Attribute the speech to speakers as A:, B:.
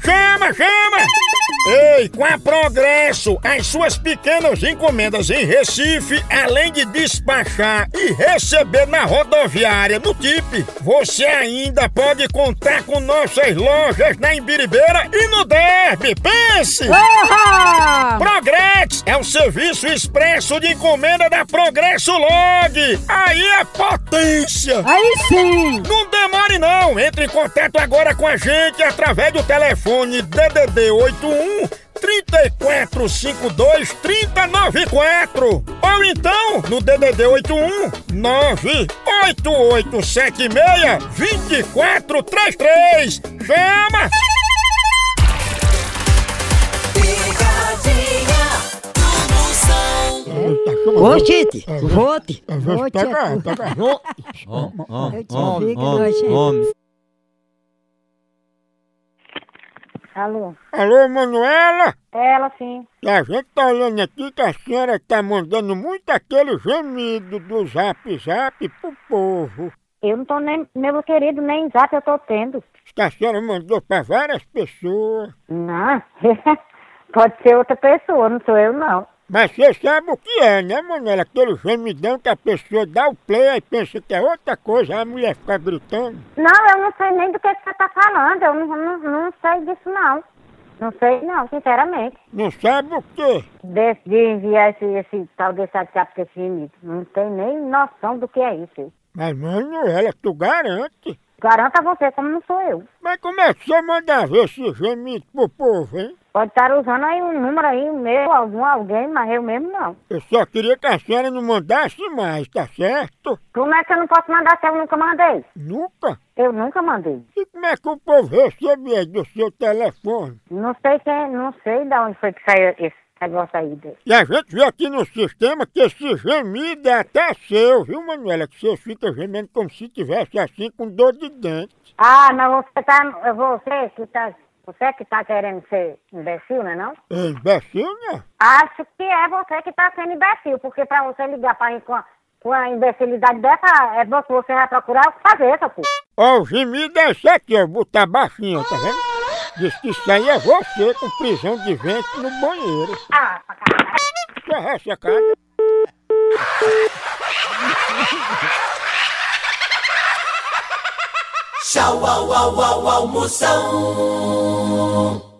A: Chama, chama! Ei, com a Progresso, as suas pequenas encomendas em Recife, além de despachar e receber na rodoviária no TIP, você ainda pode contar com nossas lojas na Imbiribeira e no Derby. Pense! Progresso é o serviço expresso de encomenda da Progresso Log. Aí é potência!
B: Aí sim!
A: Não demore não! Entre em contato agora com a gente através do telefone DDD 81 3452 3094 ou então no DDD 81 98876 2433 Chama!
C: Picadinha do Moção.
B: Ô, Tite, vote. Vote.
A: Pega, pega.
B: Eu te ouvi que nós chegamos.
D: Alô? É
A: Alô, Manuela?
D: Ela sim.
A: E a gente tá olhando aqui que a senhora tá mandando muito aquele gemido do zap zap pro povo.
D: Eu não tô nem, meu querido, nem zap eu tô tendo.
A: Que a senhora mandou pra várias pessoas.
D: Não. Pode ser outra pessoa, não sou eu não.
A: Mas você sabe o que é, né, Manuela? Aquele gemidão que a pessoa dá o play e pensa que é outra coisa, aí a mulher fica gritando.
D: Não, eu não sei nem do que você tá falando. Eu não, não, não sei disso não. Não sei não, sinceramente.
A: Não sabe o quê?
D: Desse, de enviar esse, esse tal desse WhatsApp desse menino. Não tem nem noção do que é isso.
A: Mas, Manuela, tu garante.
D: Garanto a você, como não sou eu.
A: Mas como é que você manda ver esse gemido pro povo, hein?
D: Pode estar usando aí um número aí, meu, algum, alguém, mas eu mesmo não.
A: Eu só queria que a senhora não mandasse mais, tá certo?
D: Como é que eu não posso mandar se eu nunca mandei?
A: Nunca.
D: Eu nunca mandei.
A: E como é que o povo recebe aí do seu telefone?
D: Não sei quem, não sei de onde foi que saiu esse negócio aí dele.
A: E a gente vê aqui no sistema que esse gemido é até seu, viu, Manuela? Que você fica gemendo como se tivesse assim com dor de dente.
D: Ah, mas você tá. Você que tá. Você que tá querendo ser imbecil, não é não?
A: É imbecil, né?
D: Acho que é você que tá sendo imbecil, porque pra você ligar pra mim com a, com a imbecilidade dessa, é bom que você vai procurar o que fazer, seu cu.
A: Ó, o gemido é esse aqui, ó, botar baixinho, tá vendo? Diz que isso aí é você com prisão de vento no banheiro.
D: Ah, pra caralho.
A: Só ressecada.
C: Tchau, au, au, au, almoção.